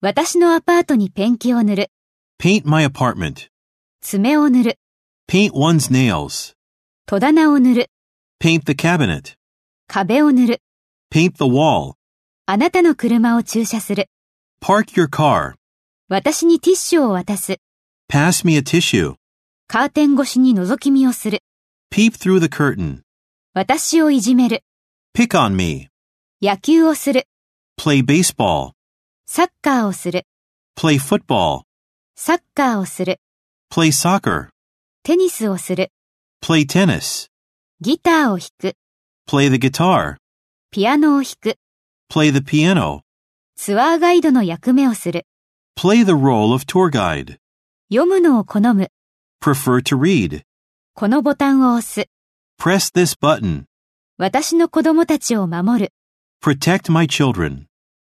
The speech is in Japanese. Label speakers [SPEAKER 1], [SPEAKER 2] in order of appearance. [SPEAKER 1] 私のアパートにペンキを塗る、
[SPEAKER 2] Paint my apartment.
[SPEAKER 1] 爪を塗る、
[SPEAKER 2] Paint one's nails.
[SPEAKER 1] 戸棚を塗る、
[SPEAKER 2] Paint the cabinet.
[SPEAKER 1] 壁を塗る、
[SPEAKER 2] Paint the wall.
[SPEAKER 1] あなたの車を駐車する、
[SPEAKER 2] Park your car.
[SPEAKER 1] 私にティッシュを渡す、
[SPEAKER 2] Pass me a tissue.
[SPEAKER 1] カーテン越しに覗き見をする、
[SPEAKER 2] Peep through the curtain.
[SPEAKER 1] 私をいじめる、
[SPEAKER 2] Pick on me.
[SPEAKER 1] 野球をする、
[SPEAKER 2] Play baseball.
[SPEAKER 1] サッカーをする、
[SPEAKER 2] Play football.
[SPEAKER 1] サッカーをする、
[SPEAKER 2] Play soccer.
[SPEAKER 1] テニスをする、
[SPEAKER 2] Play tennis.
[SPEAKER 1] ギターを弾く、
[SPEAKER 2] Play the guitar.
[SPEAKER 1] ピアノを弾く、
[SPEAKER 2] Play the piano.
[SPEAKER 1] ツアーガイドの役目をする、
[SPEAKER 2] Play the role of tour guide.
[SPEAKER 1] 読むのを好む、
[SPEAKER 2] Prefer to read.
[SPEAKER 1] このボタンを押す、
[SPEAKER 2] Press this button.
[SPEAKER 1] 私の子供たちを守る。
[SPEAKER 2] Protect my children.